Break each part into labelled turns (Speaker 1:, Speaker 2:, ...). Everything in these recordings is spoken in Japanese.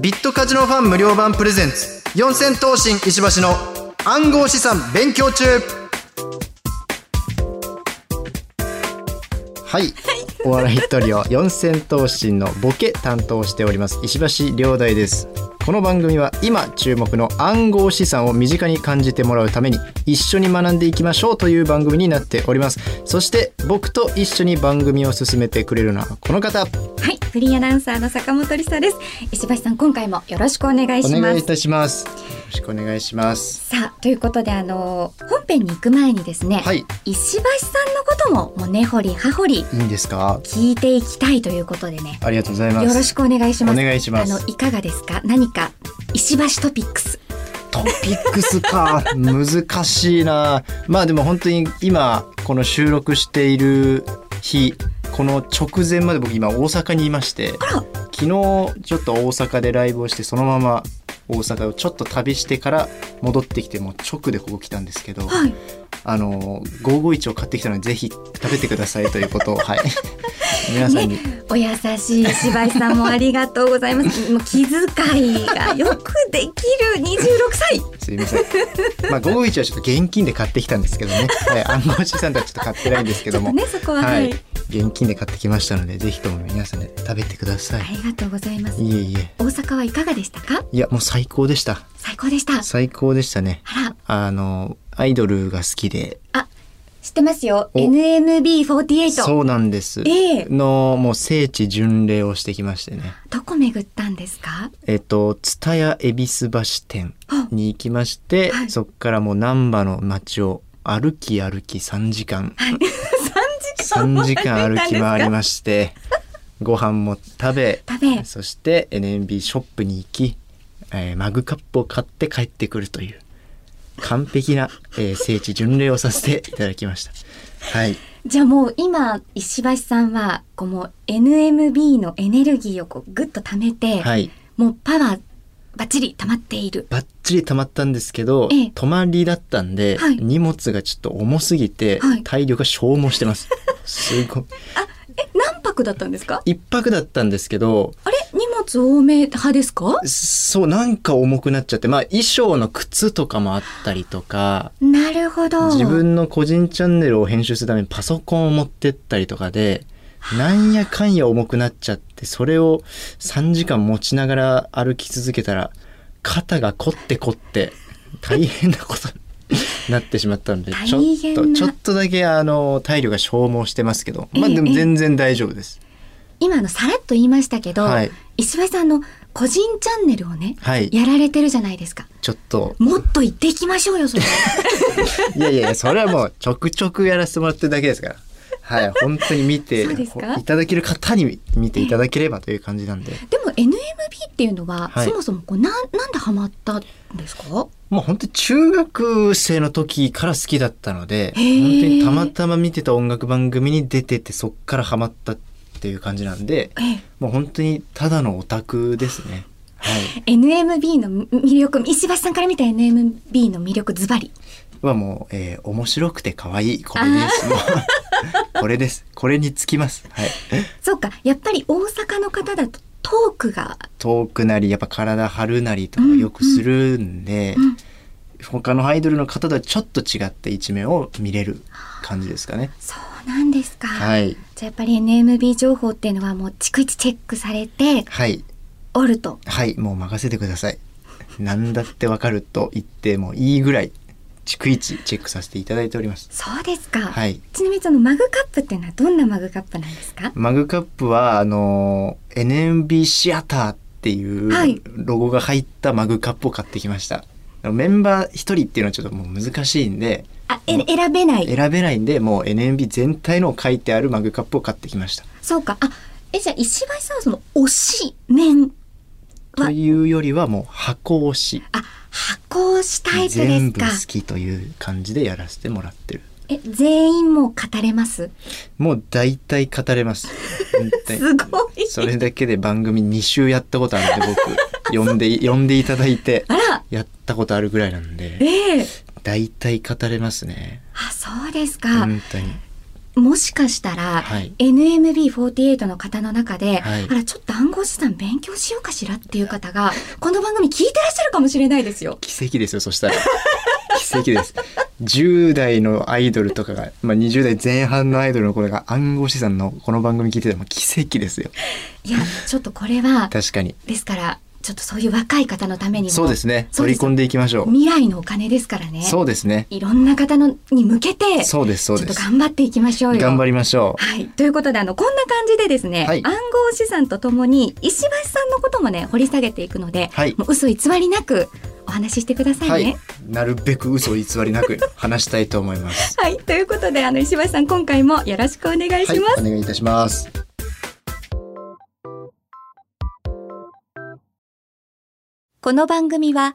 Speaker 1: ビットカジノファン無料版プレゼンツ四千頭身石橋の暗号資産勉強中はい、お笑いトリオ四千頭身のボケ担当しております石橋亮大ですこの番組は今注目の暗号資産を身近に感じてもらうために一緒に学んでいきましょうという番組になっておりますそして僕と一緒に番組を進めてくれるのはこの方
Speaker 2: はい、フリーアナウンサーの坂本理沙です。石橋さん、今回もよろしくお願い
Speaker 1: お
Speaker 2: しま
Speaker 1: 願いい
Speaker 2: す。
Speaker 1: たしますよろしくお願いします
Speaker 2: さあ、ということで、あのー本編に行く前にですね、
Speaker 1: はい
Speaker 2: 石橋さんのことも、もう根掘り葉掘り
Speaker 1: いいんですか
Speaker 2: 聞いていきたいということでね、
Speaker 1: ありがとうござい
Speaker 2: よ
Speaker 1: ます
Speaker 2: ろしくお願いし
Speaker 1: お
Speaker 2: ます。
Speaker 1: 願いしま
Speaker 2: あ
Speaker 1: す
Speaker 2: の、いかがですか何か、石橋トピックス。
Speaker 1: トピックス か難しいなまあでも本当に今この収録している日この直前まで僕今大阪にいまして
Speaker 2: あら、
Speaker 1: 昨日ちょっと大阪でライブをしてそのまま大阪をちょっと旅してから戻ってきてもう直でここ来たんですけど、
Speaker 2: はい。
Speaker 1: あの551を買ってきたのでぜひ食べてくださいということを はい皆さんに、
Speaker 2: お優しい石橋さんもありがとうございます。 もう気遣いがよくできる26歳。
Speaker 1: すいません まあ551はちょっと現金で買ってきたんですけどね、はい、暗号資産ではちょっと買ってないんですけ
Speaker 2: ち
Speaker 1: ど
Speaker 2: ょっと
Speaker 1: も、
Speaker 2: ね、そこは、
Speaker 1: は
Speaker 2: はいい、
Speaker 1: 現金で買ってきましたのでぜひとも皆さんで食べてください、
Speaker 2: ありがとうございます。
Speaker 1: い、えいえ
Speaker 2: 大阪はいかがでしたか
Speaker 1: いやもう最高でした
Speaker 2: 最高でした。
Speaker 1: 最高でしたね
Speaker 2: あら、
Speaker 1: あのアイドルが好きで
Speaker 2: 知ってますよ。
Speaker 1: お
Speaker 2: NMB48。
Speaker 1: そうなんです
Speaker 2: ええ
Speaker 1: のもう聖地巡礼をしてきましてね
Speaker 2: どこ巡ったんですか
Speaker 1: えっと蔦屋恵比寿橋店に行きまして、
Speaker 2: はい
Speaker 1: そこからもう難波の街を歩き歩き3時間、3
Speaker 2: ?3
Speaker 1: 時間歩き回りましてご飯も食べ
Speaker 2: 食べ、
Speaker 1: そして NMB ショップに行き、えーマグカップを買って帰ってくるという完璧な、えー聖地巡礼をさせていただきました。はい、
Speaker 2: じゃあもう今、石橋さんは、こうもう NMB のエネルギーをこうぐっと溜めて、
Speaker 1: はい、
Speaker 2: もうパワーバッチリ溜まっている。
Speaker 1: バッチリ溜まったんですけど、
Speaker 2: ええ
Speaker 1: 泊まりだったんで、
Speaker 2: はい
Speaker 1: 荷物がちょっと重すぎて、
Speaker 2: はい
Speaker 1: 体力が消耗してます。すごい
Speaker 2: え、何泊だったんですか
Speaker 1: 一泊だったんですけど、
Speaker 2: あれ荷物多め派ですか
Speaker 1: そうなんか重くなっちゃって、まあ衣装の靴とかもあったりとか、
Speaker 2: なるほど。
Speaker 1: 自分の個人チャンネルを編集するためにパソコンを持ってったりとかでなんやかんや重くなっちゃってそれを3時間持ちながら歩き続けたら肩が凝って凝って大変なことになってしまったのでちょ
Speaker 2: 大
Speaker 1: っ
Speaker 2: 変
Speaker 1: と
Speaker 2: な
Speaker 1: ちょっとだけあの体力が消耗してますけどまあ
Speaker 2: ええ
Speaker 1: でも全然大丈夫です。
Speaker 2: 今あのさらっと言いましたけど、
Speaker 1: はい
Speaker 2: 石橋さんの個人チャンネルをね、
Speaker 1: はい
Speaker 2: やられてるじゃないですか。
Speaker 1: ちょっと
Speaker 2: もっと行っていきましょうよ、それ。
Speaker 1: いやいやいやそれはもうちょくちょくやらせてもらってるだけですから。はい、本当に見て
Speaker 2: そうですか
Speaker 1: いただける方に見ていただければという感じなんで
Speaker 2: でも NMB っていうのは、
Speaker 1: はい
Speaker 2: そもそもこうなんなんでハマったんですか
Speaker 1: まあ本当に中学生の時から好きだったので、
Speaker 2: へー
Speaker 1: 本当にたまたま見てた音楽番組に出ててそっからハマったっていう感じなんで、
Speaker 2: ええ
Speaker 1: もう本当にただのオタクですね。はい。
Speaker 2: NMB の魅力石橋さんから見た NMB の魅力ズバリ
Speaker 1: はもう、えー面白くて可愛いこれ です。もうこれです。これにつきます。はい。
Speaker 2: そうかやっぱり大阪の方だとトークが、
Speaker 1: 遠くなりやっぱ体張るなりとかよくするんで、
Speaker 2: うん
Speaker 1: 他のアイドルの方とはちょっと違った一面を見れる感じですかね。
Speaker 2: そうなんですか、
Speaker 1: はい。
Speaker 2: じゃあやっぱり NMB 情報っていうのはもう逐一チェックされて
Speaker 1: はい。
Speaker 2: おると
Speaker 1: はい、もう任せてください。何だってわかると言ってもいいぐらい、逐一チェックさせていただいております。
Speaker 2: そうですか、
Speaker 1: はい。
Speaker 2: ちなみにそのマグカップっていうのはどんなマグカップなんですか
Speaker 1: マグカップは、あの、NMB シアターっていう
Speaker 2: はい
Speaker 1: ロゴが入ったマグカップを買ってきました。メンバー一人っていうのはちょっともう難しいんで、
Speaker 2: あえ選べない
Speaker 1: 選べないんで、もう NMB 全体のを書いてあるマグカップを買ってきました。
Speaker 2: そうかあえじゃあ石橋さんはその推し面わ
Speaker 1: というよりはもう箱推し。
Speaker 2: あ、発行しタイプ
Speaker 1: 全部好
Speaker 2: ですか。
Speaker 1: きという感じでやらせてもらってる。
Speaker 2: え、全員もう語れます。
Speaker 1: もう大体語れます。本当に
Speaker 2: すごい。
Speaker 1: それだけで番組2週やったことあるんで僕呼んで呼んでい ただいて
Speaker 2: あら、
Speaker 1: やったことあるぐらいなんで
Speaker 2: ええ
Speaker 1: 大体語れますね。
Speaker 2: あ、そうですか。
Speaker 1: 本当に。
Speaker 2: もしかしたら、
Speaker 1: はい
Speaker 2: NMB48 の方の中で、
Speaker 1: はい
Speaker 2: あらちょっと暗号資産勉強しようかしらっていう方がこの番組聞いてらっしゃるかもしれないですよ。
Speaker 1: 奇跡ですよそしたら 奇跡です10代のアイドルとかが、まあ、20代前半のアイドルの頃が暗号資産のこの番組聞いてたらもう奇跡ですよ
Speaker 2: いやちょっとこれは
Speaker 1: 確かに
Speaker 2: ですからちょっとそういう若い方のためにも
Speaker 1: そうですね
Speaker 2: そう
Speaker 1: 取
Speaker 2: で
Speaker 1: り
Speaker 2: す
Speaker 1: 込んでいきましょう
Speaker 2: 未来のお金ですからね
Speaker 1: そうですね
Speaker 2: いろんな方のに向けて
Speaker 1: そうですそう
Speaker 2: ちょっ
Speaker 1: で
Speaker 2: と
Speaker 1: す
Speaker 2: 頑張っていきましょうよ。
Speaker 1: 頑張りましょう
Speaker 2: はい。ということで、あの、こんな感じでですね、
Speaker 1: はい
Speaker 2: 暗号資産とともに、石橋さんのこともね、掘り下げていくので、
Speaker 1: はい
Speaker 2: もう嘘偽りなくお話ししてくださ
Speaker 1: はいい
Speaker 2: ね。、
Speaker 1: なるべく嘘偽りなく話したいと思います。
Speaker 2: はい。ということで、あの、石橋さん、今回もよろしくお願いします。
Speaker 1: お願いいたします。
Speaker 2: この番組は、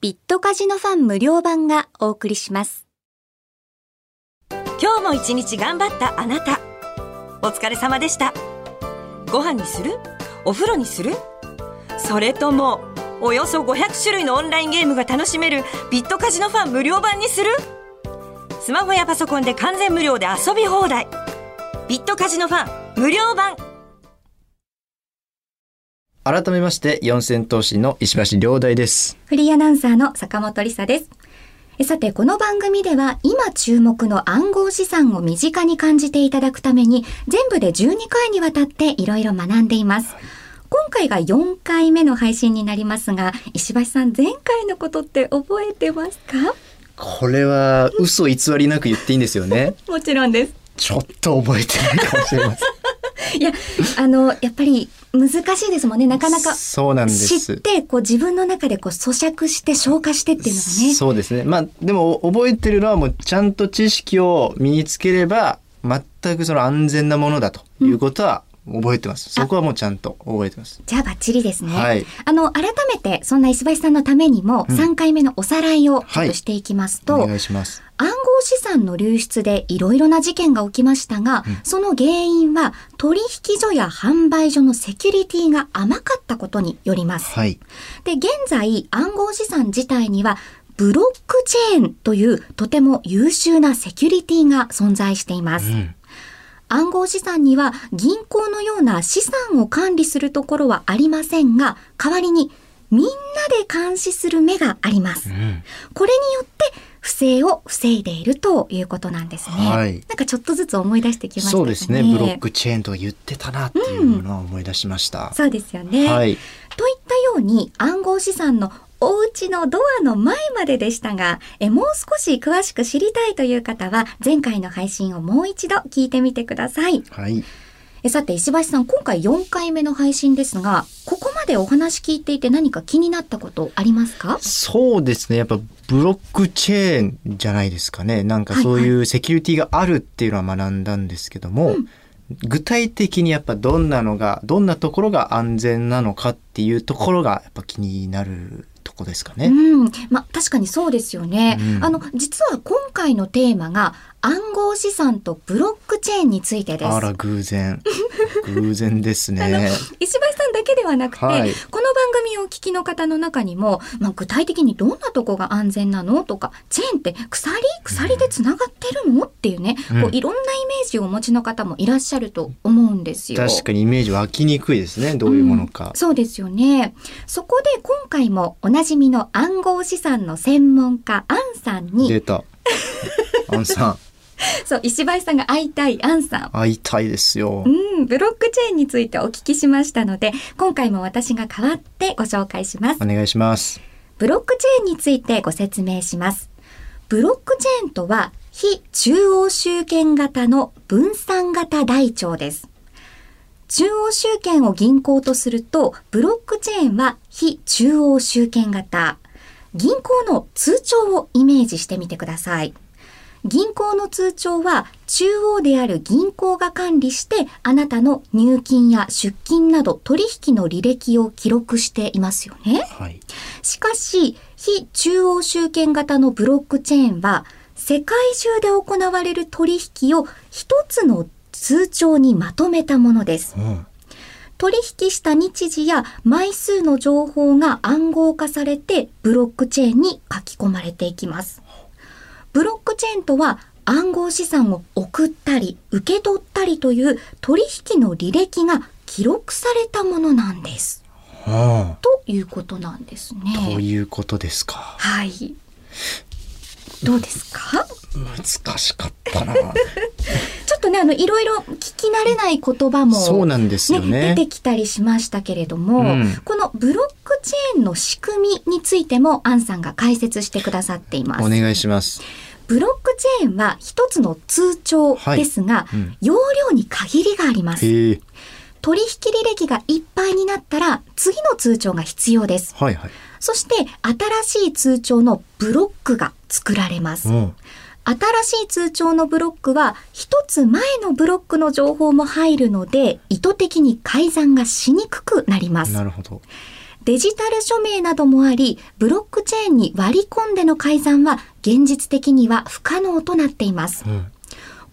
Speaker 2: ビットカジノファン無料版がお送りします。
Speaker 3: 今日も一日頑張ったあなたお疲れ様でしたご飯にするお風呂にするそれともおよそ500種類のオンラインゲームが楽しめるビットカジノファン無料版にするスマホやパソコンで完全無料で遊び放題ビットカジノファン無料版
Speaker 1: 改めまして、四千頭身の石橋良大です。
Speaker 2: フリーアナウンサーの坂本理沙です。えさて、この番組では今注目の暗号資産を身近に感じていただくために全部で12回にわたっていろいろ学んでいます。今回が4回目の配信になりますが、石橋さん前回のことって覚えてますか
Speaker 1: これは嘘偽りなく言っていいんですよね。
Speaker 2: もちろんです。
Speaker 1: ちょっと覚えてないかもしれません。
Speaker 2: いや、あの、やっぱり難しいですもんね。なかなか
Speaker 1: そうなんで
Speaker 2: 知っ
Speaker 1: す。
Speaker 2: て、こう自分の中でこう咀嚼して消化してっていうのがね。
Speaker 1: そうですね。まあでも覚えてるのはもうちゃんと知識を身につければ全くその安全なものだということは覚えてます。そこはもうちゃんと覚えてます。
Speaker 2: じゃあバッチリですね。
Speaker 1: はい
Speaker 2: あの改めてそんな石橋さんのためにも
Speaker 1: うん
Speaker 2: 3回目のおさらいをちょ
Speaker 1: は
Speaker 2: っ
Speaker 1: い
Speaker 2: としていきますと、
Speaker 1: お願いします。
Speaker 2: 暗号資産の流出でいろいろな事件が起きましたが、その原因は取引所や販売所のセキュリティが甘かったことによります。
Speaker 1: はい。
Speaker 2: で、現在暗号資産自体にはブロックチェーンというとても優秀なセキュリティが存在しています。
Speaker 1: うん
Speaker 2: 暗号資産には銀行のような資産を管理するところはありませんが、代わりにみんなで監視する目があります。
Speaker 1: うん。
Speaker 2: これによって不正を防いでいるということなんですね。
Speaker 1: はい
Speaker 2: なんかちょっとずつ思い出してきましたね。
Speaker 1: そうですねブロッ。クチェーンとか言ってたなっていうのは思い出しました、
Speaker 2: そうですよね。
Speaker 1: はい
Speaker 2: といったように暗号資産のお家のドアの前まででしたがえもう少し詳しく知りたいという方は前回の配信をもう一度聞いてみてください。
Speaker 1: はい
Speaker 2: えさて石橋さん今回4回目の配信ですがここまでお話聞いていて何か気になったことありますか
Speaker 1: そうですねやっぱブロックチェーンじゃないですかねなんかそういうセキュリティがあるっていうのは学んだんですけども、具体的にやっぱどんなのがどんなところが安全なのかっていうところがやっぱ気になるとこですか
Speaker 2: う
Speaker 1: ね、
Speaker 2: ん、まあ確かにそうですよね、
Speaker 1: うん
Speaker 2: あの実は今回のテーマが暗号資産とブロックチェーンについてです
Speaker 1: あら偶然偶然です ね
Speaker 2: 石橋さんだけではなくて、
Speaker 1: はい
Speaker 2: この番組をお聞きの方の中にも、まあ、具体的にどんなとこが安全なのとかチェーンって鎖鎖でつながってるのっていうね、
Speaker 1: うん
Speaker 2: こういろんなイメージをお持ちの方もいらっしゃると思うんですよ。
Speaker 1: 確かにイメージ湧きにくいですねどういうものか、
Speaker 2: そうですよね。そこで今回もおなじみの暗号資産の専門家、アンさんに、
Speaker 1: 出 たアンさん
Speaker 2: そう、石橋さんが会いたいアンさん。
Speaker 1: 会いたいですよ、
Speaker 2: うん、ブロックチェーンについてお聞きしましたので、今回も私が代わってご紹介します。
Speaker 1: お願いします
Speaker 2: ブロックチェーンについてご説明します。ブロックチェーンとは、非中央集権型の分散型台帳です。中央集権を銀行とすると、ブロックチェーンは非中央集権型。銀行の通帳をイメージしてみてください。銀行の通帳は中央である銀行が管理してあなたの入金や出金など取引の履歴を記録していますよね。
Speaker 1: はい
Speaker 2: しかし、非中央集権型のブロックチェーンは、世界中で行われる取引を一つの通帳にまとめたものです。
Speaker 1: うん
Speaker 2: 取引した日時や枚数の情報が暗号化されて、ブロックチェーンに書き込まれていきます。ブロックチェーンとは、暗号資産を送ったり受け取ったりという取引の履歴が記録されたものなんです。
Speaker 1: あ
Speaker 2: ということなんですね。
Speaker 1: あということですか
Speaker 2: はい。どうですか
Speaker 1: 難しかった な
Speaker 2: ちょっとね、あの、いろいろ聞き慣れない言葉も、
Speaker 1: そうなんですよね
Speaker 2: 出てきたりしましたけれども、
Speaker 1: うん
Speaker 2: このブロックチェーンの仕組みについても、アンさんが解説してくださっています。
Speaker 1: お願いします
Speaker 2: ブロックチェーンは一つの通帳です
Speaker 1: は
Speaker 2: が、
Speaker 1: いうん
Speaker 2: 容量に限りがあります。
Speaker 1: へえ
Speaker 2: 取引履歴がいっぱいになったら、次の通帳が必要です。
Speaker 1: はいはい
Speaker 2: そして、新しい通帳のブロックが作られます。
Speaker 1: うん
Speaker 2: 新しい通帳のブロックは一つ前のブロックの情報も入るので意図的に改ざんがしにくくなります
Speaker 1: なるほど
Speaker 2: デジタル署名などもありブロックチェーンに割り込んでの改ざんは現実的には不可能となっています
Speaker 1: うん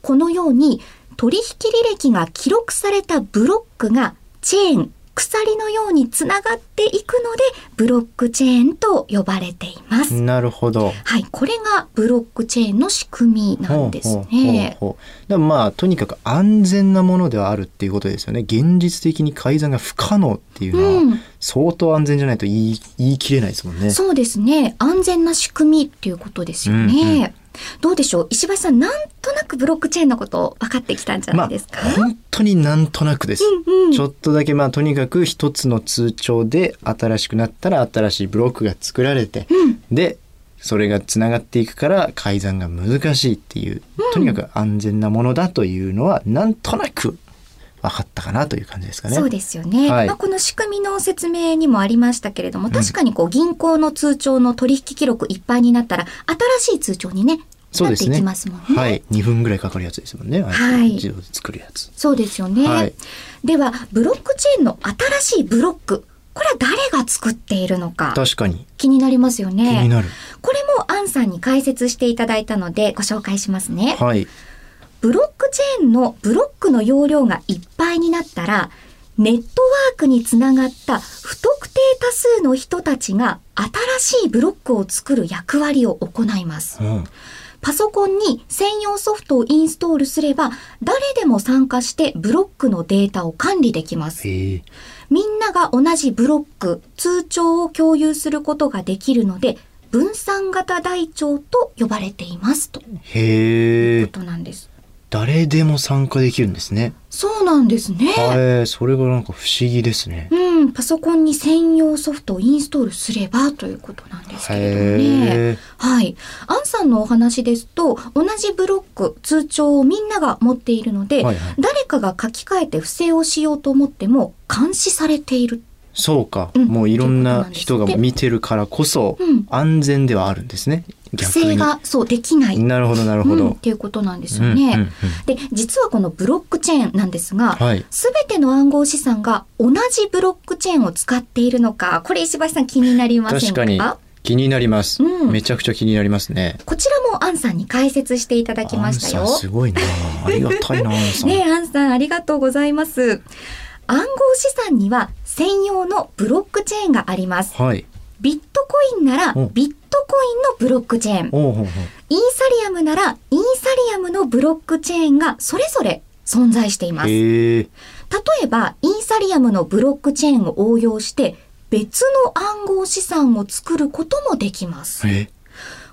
Speaker 2: このように取引履歴が記録されたブロックがチェーン鎖のようにつながっていくのでブロックチェーンと呼ばれています、
Speaker 1: なるほど
Speaker 2: はい、これがブロックチェーンの仕組みなんです
Speaker 1: ほうほうほう
Speaker 2: ね。
Speaker 1: ほうでもまあとにかく安全なものではあるっていうことですよね現実的に改ざんが不可能っていうのは、
Speaker 2: うん
Speaker 1: 相当安全じゃないと言い言い切れないですもんね
Speaker 2: そうですね。安全な仕組みっていうことですよね。
Speaker 1: うんう
Speaker 2: どうでしょう石橋さん、なんとなくブロックチェーンのこと分かってきたんじゃな
Speaker 1: ま
Speaker 2: いですか、
Speaker 1: あ本当になんとなくです、
Speaker 2: うんうん
Speaker 1: ちょっとだけまあとにかく一つの通帳で新しくなったら新しいブロックが作られて、
Speaker 2: うん
Speaker 1: でそれがつながっていくから改ざんが難しいっていう、とにかく安全なものだというのはなんとなく分かったかなという感じですかね。
Speaker 2: そうですよね、
Speaker 1: はい
Speaker 2: まあ、この仕組みの説明にもありましたけれども確かにこう銀行の通帳の取引記録いっぱいになったら新しい通帳にね
Speaker 1: そうです
Speaker 2: なってい
Speaker 1: ね。
Speaker 2: きますもんね。
Speaker 1: はい、2分ぐらいかかるやつですもんね。あれ
Speaker 2: はい
Speaker 1: 自動で作るやつ。
Speaker 2: そうですよね、
Speaker 1: はい
Speaker 2: ではブロックチェーンの新しいブロックこれは誰が作っているのか
Speaker 1: 確かに
Speaker 2: 気になりますよね。
Speaker 1: 気になる。
Speaker 2: これもアンさんに解説していただいたのでご紹介しますね。
Speaker 1: はい。
Speaker 2: ブロックチェーンのブロックの容量がいっぱいになったら、ネットワークにつながった不特定多数の人たちが新しいブロックを作る役割を行います。
Speaker 1: うん。
Speaker 2: パソコンに専用ソフトをインストールすれば、誰でも参加してブロックのデータを管理できます。
Speaker 1: ええ
Speaker 2: みんなが同じブロック、通帳を共有することができるので、分散型台帳と呼ばれていますという
Speaker 1: へえ。
Speaker 2: ことなんです。
Speaker 1: 誰でも参加できるんですね。
Speaker 2: そうなんですね。
Speaker 1: はい。それがなんか不思議ですね。
Speaker 2: うん、パソコンに専用ソフトをインストールすればということなんですけれどもね。
Speaker 1: へえ。
Speaker 2: はい。アンさんのお話ですと、同じブロック、通帳をみんなが持っているので、
Speaker 1: はいはい
Speaker 2: 誰かが書き換えて不正をしようと思っても、監視されている。
Speaker 1: そうか。
Speaker 2: うん
Speaker 1: もういろんな人が見てるからこそ
Speaker 2: うん
Speaker 1: 安全ではあるんですね。
Speaker 2: 不
Speaker 1: 逆
Speaker 2: 正
Speaker 1: に。
Speaker 2: が、そう、できない。
Speaker 1: なるほどなるほ
Speaker 2: うんっ
Speaker 1: ど。
Speaker 2: ていうことなんです
Speaker 1: うん
Speaker 2: よ
Speaker 1: うん
Speaker 2: ね。
Speaker 1: うん
Speaker 2: で、実はこのブロックチェーンなんですが、
Speaker 1: はい。
Speaker 2: すべての暗号資産が同じブロックチェーンを使っているのか、これ石橋さん気になりませんか
Speaker 1: 確かに気になります。
Speaker 2: うん
Speaker 1: めちゃくちゃ気になりますね。
Speaker 2: こちらもアンさんに解説していただきました
Speaker 1: アン
Speaker 2: よ
Speaker 1: さん。すごいな。ありがた いな、アンさん。
Speaker 2: ねえ、アンさんありがとうございます。暗号資産には専用のブロックチェーンがあります。
Speaker 1: はい。
Speaker 2: ビットコインなら
Speaker 1: お
Speaker 2: ビットコインのブロックチェーン、
Speaker 1: おうほうほう
Speaker 2: イーサリアムならイーサリアムのブロックチェーンがそれぞれ存在しています。例
Speaker 1: へえ。
Speaker 2: えば、イーサリアムのブロックチェーンを応用して別の暗号資産を作ることもできます。
Speaker 1: え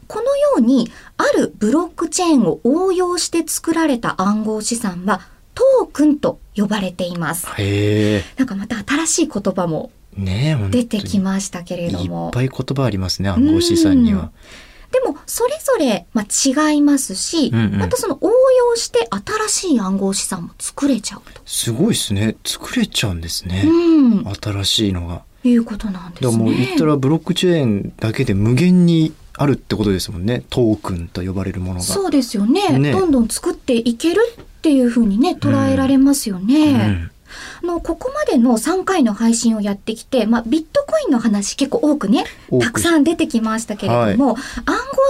Speaker 2: このように、あるブロックチェーンを応用して作られた暗号資産は、トークンと呼ばれています。
Speaker 1: へえ。
Speaker 2: なんかまた新しい言葉も
Speaker 1: ねえ、本当に
Speaker 2: 出てきましたけれど
Speaker 1: い
Speaker 2: も
Speaker 1: っ。ぱい言葉ありますね、暗号資産には。
Speaker 2: でも、それぞれ、まあ、違いますし、
Speaker 1: うんうん
Speaker 2: またその応用して新しい暗号資産も作れちゃうと。
Speaker 1: すごいですね。作れちゃうんですね
Speaker 2: う。ん。
Speaker 1: 新しいのが。
Speaker 2: いうことなんで
Speaker 1: ですもう言
Speaker 2: ね
Speaker 1: った。らブロックチェーンだけで無限にあるってことですもんね。トークンと呼ばれるものが。
Speaker 2: そうですよね
Speaker 1: ね
Speaker 2: どんどん作っていけるっていうふうにね、捉えられますよね。
Speaker 1: うん
Speaker 2: あの、ここまでの3回の配信をやってきて、まあ、ビットコインの話結構多くね、
Speaker 1: 多く
Speaker 2: たくさん出てきましたけれども、暗号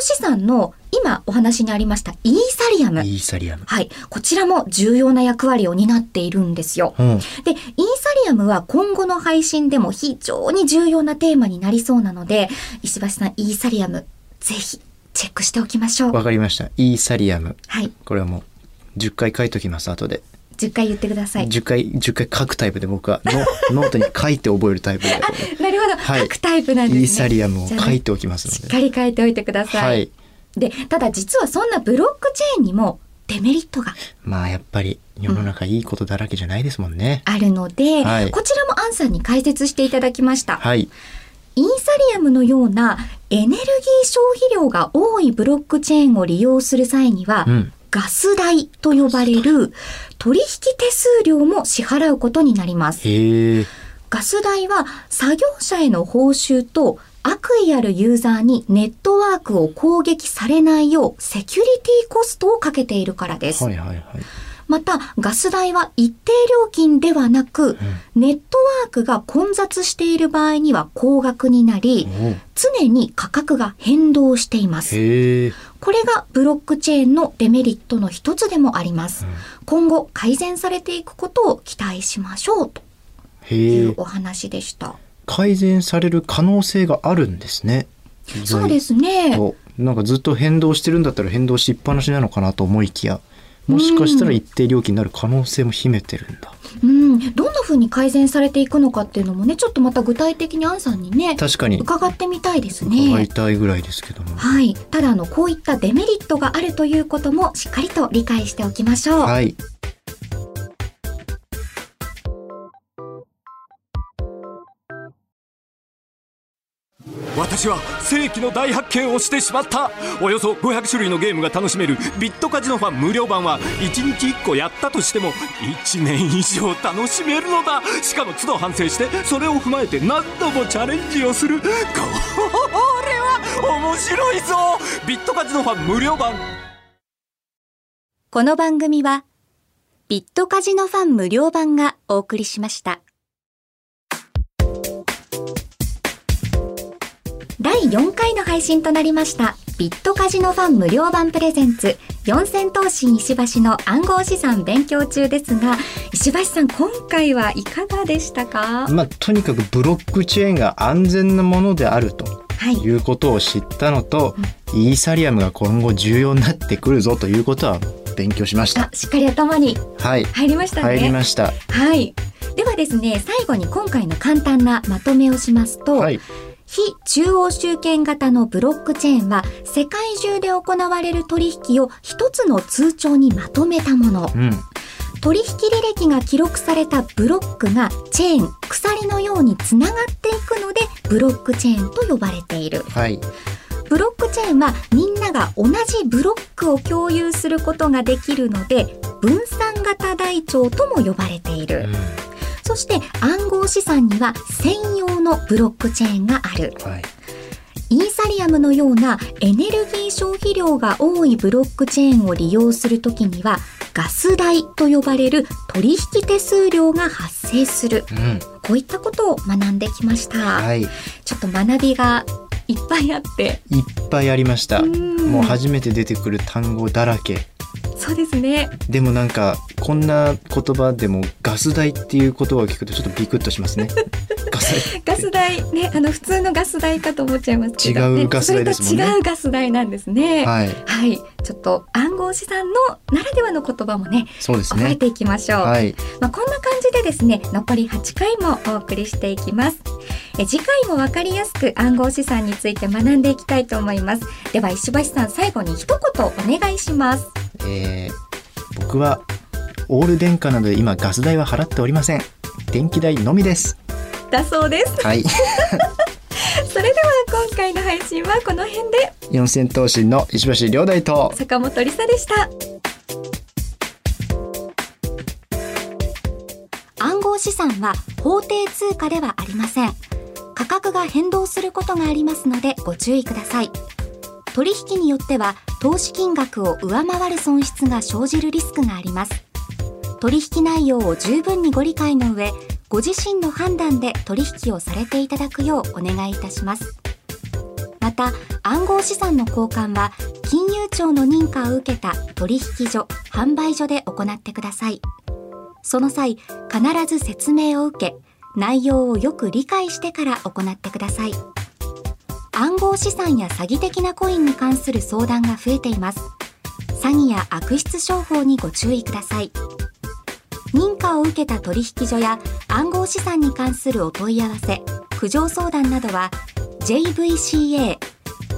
Speaker 2: 資産の今お話にありましたイーサリアム。
Speaker 1: イーサリアム。
Speaker 2: はい。こちらも重要な役割を担っているんですよ。
Speaker 1: うん
Speaker 2: で、イーサリアムは今後の配信でも非常に重要なテーマになりそうなので、石橋さん、イーサリアム、ぜひ、チェックしておきましょう。
Speaker 1: わかりました。イーサリアム。
Speaker 2: はい。
Speaker 1: これはもう10回書いときます後で。
Speaker 2: 10回言ってください。
Speaker 1: 10回10回書くタイプで僕は のノートに書いて覚えるタイプで、
Speaker 2: なるほど、
Speaker 1: はい
Speaker 2: 書くタイプなんですね。
Speaker 1: イーサリアムを
Speaker 2: じゃあ
Speaker 1: 書いておきます
Speaker 2: し
Speaker 1: ので。
Speaker 2: っかり書いておいてください。
Speaker 1: はい。
Speaker 2: で、ただ実はそんなブロックチェーンにもデメリットが
Speaker 1: まあやっぱり世の中いいことだらけじゃないですもんね。
Speaker 2: あるので、
Speaker 1: はい
Speaker 2: こちらもアンさんに解説していただきました。
Speaker 1: はい。
Speaker 2: イーサリアムのようなエネルギー消費量が多いブロックチェーンを利用する際には、
Speaker 1: うん
Speaker 2: ガス代と呼ばれる取引手数料も支払うことになります。
Speaker 1: へえ。
Speaker 2: ガス代は作業者への報酬と悪意あるユーザーにネットワークを攻撃されないようセキュリティコストをかけているからです。
Speaker 1: はいはいはい。
Speaker 2: またガス代は一定料金ではなく、ネットワークが混雑している場合には高額になり、
Speaker 1: おう
Speaker 2: 常に価格が変動しています。
Speaker 1: へえ。
Speaker 2: これがブロックチェーンのデメリットの一つでもあります。今後改善されていくことを期待しましょうとい
Speaker 1: へ
Speaker 2: う
Speaker 1: え。
Speaker 2: お話でした。
Speaker 1: 改善される可能性があるんですね。。
Speaker 2: そうですすね。
Speaker 1: となんかずっと変動してるんだったら変動しっぱなしなのかなと思いきや、もしかしたら一定料金になる可能性も秘めてるんだ。
Speaker 2: うん、どんな風に改善されていくのかっていうのもね、ちょっとまた具体的にアンさんにね、
Speaker 1: 確かに
Speaker 2: 伺ってみたいです
Speaker 1: 伺い
Speaker 2: ね。
Speaker 1: たいぐらいですけども。
Speaker 2: はい。ただあのこういったデメリットがあるということもしっかりと理解しておきましょう。
Speaker 1: はい。
Speaker 4: 私は世紀の大発見をしてしまったおよそ500種類のゲームが楽しめるビットカジノファン無料版は1日1個やったとしても1年以上楽しめるのだしかも都度反省してそれを踏まえて何度もチャレンジをするこれは面白いぞビットカジノファン無料版
Speaker 2: この番組は、ビットカジノファン無料版がお送りしました。第4回の配信となりました、ビットカジノファン無料版プレゼンツ、四千頭身石橋の暗号資産勉強中ですが、石橋さん、今回はいかがでしたか
Speaker 1: まあ、とにかくブロックチェーンが安全なものであると
Speaker 2: はい
Speaker 1: い。うことを知ったのと、イーサリアムが今後重要になってくるぞということは勉強しました
Speaker 2: あ。、しっかり頭に
Speaker 1: はい、
Speaker 2: 入りましたね。
Speaker 1: 入りました。
Speaker 2: はい。ではですね、最後に今回の簡単なまとめをしますと、
Speaker 1: はい、
Speaker 2: 非中央集権型のブロックチェーンは世界中で行われる取引を一つの通帳にまとめたもの
Speaker 1: うん、
Speaker 2: 取引履歴が記録されたブロックがチェーン鎖のようにつながっていくのでブロックチェーンと呼ばれている
Speaker 1: はい、
Speaker 2: ブロックチェーンはみんなが同じブロックを共有することができるので分散型台帳とも呼ばれている
Speaker 1: うん、
Speaker 2: そして暗号資産には専用のブロックチェーンがある
Speaker 1: はい、
Speaker 2: イーサリアムのようなエネルギー消費量が多いブロックチェーンを利用するときにはガス代と呼ばれる取引手数料が発生する
Speaker 1: うん、
Speaker 2: こういったことを学んできました、
Speaker 1: はい、いっ
Speaker 2: ちょっと学びがいっぱいあって
Speaker 1: ぱいありました。
Speaker 2: うん
Speaker 1: もう初めて出てくる単語だらけ。
Speaker 2: そうですね
Speaker 1: でもなんかこんな言葉でもガス代っていう言葉を聞くとちょっとビクッとします ね。ガス
Speaker 2: ガス代ねあの普通のガス代かと思っちゃいますけど、ね、
Speaker 1: 違うガス代ですもんね
Speaker 2: それと違うガス代なんですね
Speaker 1: 代。
Speaker 2: はい、
Speaker 1: はい、
Speaker 2: ちょっと暗号資産のならではの言葉もね
Speaker 1: そうです
Speaker 2: 覚え
Speaker 1: ね。
Speaker 2: ていきましょう、
Speaker 1: はい、
Speaker 2: まあ、こんな感じでですね残り8回もお送りしていきますえ次回も分かりやすく暗号資産について学んでいきたいと思いますでは石橋さん最後に一言お願いします
Speaker 1: えー僕はオール電化などで今ガス代は払っておりません電気代のみです
Speaker 2: だそうです
Speaker 1: はい
Speaker 2: それでは今回の配信はこの辺で
Speaker 1: 四千頭身の石橋亮大と
Speaker 2: 坂本理沙でした暗号資産は法定通貨ではありません価格が変動することがありますのでご注意ください取引によっては投資金額を上回る損失が生じるリスクがあります取引内容を十分にご理解の上ご自身の判断で取引をされていただくようお願いいたしますまた暗号資産の交換は金融庁の認可を受けた取引所販売所で行ってくださいその際必ず説明を受け内容をよく理解してから行ってください暗号資産や詐欺的なコインに関する相談が増えています詐欺や悪質商法にご注意ください認可を受けた取引所や暗号資産に関するお問い合わせ苦情相談などは JVCA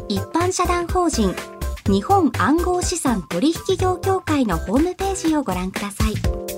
Speaker 2: 一般社団法人日本暗号資産取引業協会のホームページをご覧ください